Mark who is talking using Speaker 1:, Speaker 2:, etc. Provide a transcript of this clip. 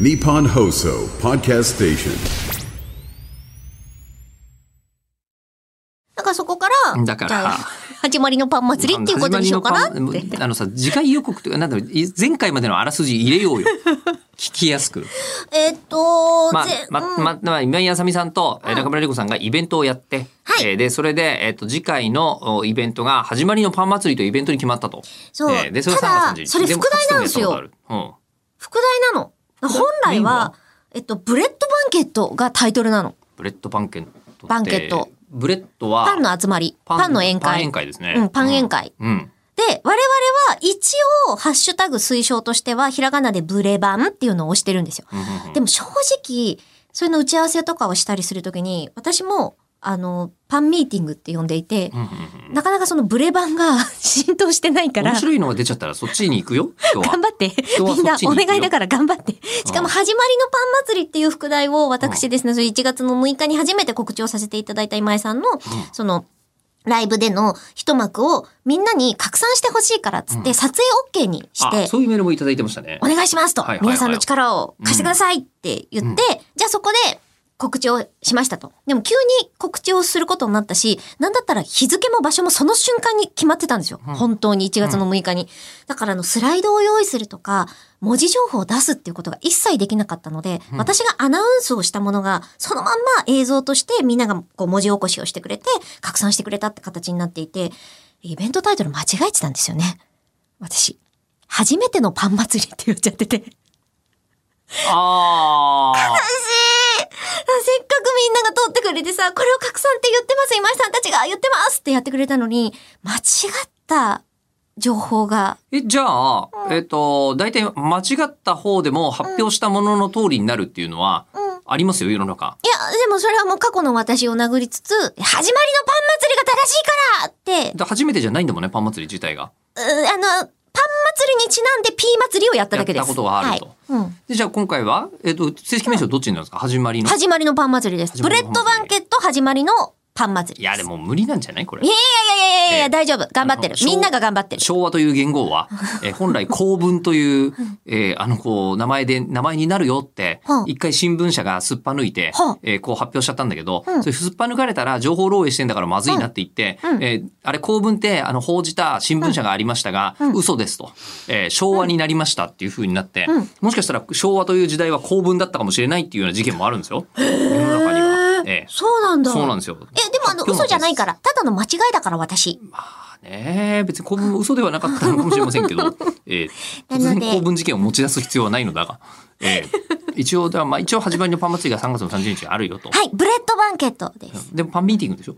Speaker 1: Nippon Hoso Podcast Station.
Speaker 2: だからそこから、
Speaker 3: だから
Speaker 2: じゃあ始まりのパン祭りっていうことにしようかなって。
Speaker 3: 始まりのパンあのさ次回予告というかなんだろうい前回までのあらすじ入れ ようよ聞きやすく
Speaker 2: えーっと、
Speaker 3: まあ
Speaker 2: ぜ、
Speaker 3: ま
Speaker 2: うん
Speaker 3: ままあ、今井あさみさんとえー中村理子さんがイベントをやって、
Speaker 2: はい
Speaker 3: えーでそれで、えー、と次回のおイベントが「始まりのパン祭り」というイベントに決まったと。
Speaker 2: そう
Speaker 3: えーでそれが
Speaker 2: た
Speaker 3: 3
Speaker 2: だ
Speaker 3: 月31日
Speaker 2: それ副題なんですよ
Speaker 3: もかつてもやったことある
Speaker 2: 副題なの。本来
Speaker 3: メインは
Speaker 2: は、えっと、ブレッドバンケットがタイトルなの。
Speaker 3: うん、ブレッドパンケットって
Speaker 2: パンケット
Speaker 3: ブレッドは
Speaker 2: パンの集まり。パンの宴
Speaker 3: パン
Speaker 2: 会。
Speaker 3: 宴会ですね、
Speaker 2: うん、パン宴会。
Speaker 3: うん、うん
Speaker 2: で、我々は一応、ハッシュタグ推奨としては、ひらがなでブレバンっていうのを押してるんですよ。
Speaker 3: うんうんうん
Speaker 2: でも正直、それの打ち合わせとかをしたりするときに、私も、あの、パンミーティングって呼んでいて、
Speaker 3: うんうんうん
Speaker 2: なかなかそのブレバンが 浸透してないから
Speaker 3: 面、白いのが出ちゃったらそっちに行くよ今日は
Speaker 2: 頑張って。
Speaker 3: 今日は
Speaker 2: みんな
Speaker 3: そっちに行
Speaker 2: お
Speaker 3: くよ
Speaker 2: 願いだから頑張って。しかも、始まりのパン祭りっていう副題を私ですね、それ1月の6日に初めて告知をさせていただいた今井さんの、その、ライブでの一幕をみんなに拡散してほしいからっつって、撮影 OK にし
Speaker 3: あ
Speaker 2: て、
Speaker 3: そういうメールもいただいてまし たね
Speaker 2: お願いしますと
Speaker 3: はいはい、はい
Speaker 2: 皆さんの力を貸してくださいって言って、じゃあそこで告知をしましたと。でも急に告知をすることになったし、なんだったら日付も場所もその瞬間に決まってたんですよ。本当に1月の6日に。だからあのスライドを用意するとか、文字情報を出すっていうことが一切できなかったので、私がアナウンスをしたものが、そのまんま映像としてみんながこう文字起こしをしてくれて、拡散してくれたって形になっていて、イベントタイトル間違えてたんですよね。私。初めてのパン祭りって言っちゃってて。
Speaker 3: ああ
Speaker 2: せっかくみんなが撮ってくれてさ、これを拡散って言ってます、今井さんたちが言ってますってやってくれたのに、間違った情報が。
Speaker 3: え、じゃあ、えっ、と、大体間違った方でも発表したものの通りになるっていうのは、ありますよ、世の中。
Speaker 2: いや、でもそれはもう過去の私を殴りつつ、始まりのパン祭りが正しいからって、
Speaker 3: で初めてじゃないんだもんね、パン祭り自体が。
Speaker 2: うあの、パン祭りにちなんでピー祭りをやっただけです。
Speaker 3: やったことがあると
Speaker 2: はいうん
Speaker 3: で、じゃあ今回は、えっ、と、正式名称どっちになるんですか、始まりの。
Speaker 2: 始まりのパン祭りです。
Speaker 3: 始
Speaker 2: ブ
Speaker 3: ま
Speaker 2: レ
Speaker 3: り
Speaker 2: ッ
Speaker 3: のパン祭り
Speaker 2: ドバンケット始まりのパン祭り
Speaker 3: い
Speaker 2: です。
Speaker 3: や、でも無理なんじゃないこれ
Speaker 2: い。やいやいやいやいや、大丈夫。頑張ってる
Speaker 3: あ。の
Speaker 2: みんなが頑張ってる。
Speaker 3: 昭和という言語 は、えー本来公文という、えーあの、こう、名前で、名前になるよって
Speaker 2: はあ、
Speaker 3: 一回新聞社がすっぱ抜いて
Speaker 2: はあ、
Speaker 3: えーこう発表しちゃったんだけど、
Speaker 2: うん
Speaker 3: それすっぱ抜かれたら情報漏洩してんだからまずいなって言って、
Speaker 2: うん
Speaker 3: えーあれ公文って、あの、報じた新聞社がありましたが、嘘ですと、えー昭和になりましたっていう風になって、
Speaker 2: うん
Speaker 3: もしかしたら昭和という時代は公文だったかもしれないっていうような事件もあるんですよ。世の中には。えー
Speaker 2: そうなんだ。
Speaker 3: そうなんですよ。
Speaker 2: え、でもあの、嘘じゃないから、ただの間違いだから私。
Speaker 3: ねえ別に公文も嘘ではなかったのかもしれません けど、えー
Speaker 2: な
Speaker 3: 突
Speaker 2: ので
Speaker 3: 然公文事件を持ち出す必要はないのだが、えー一応ではまあ一応始まりのパン祭りが3月の30日にあるよと。
Speaker 2: はい、ブレッドバンケットです。
Speaker 3: でもパンミーティングでしょ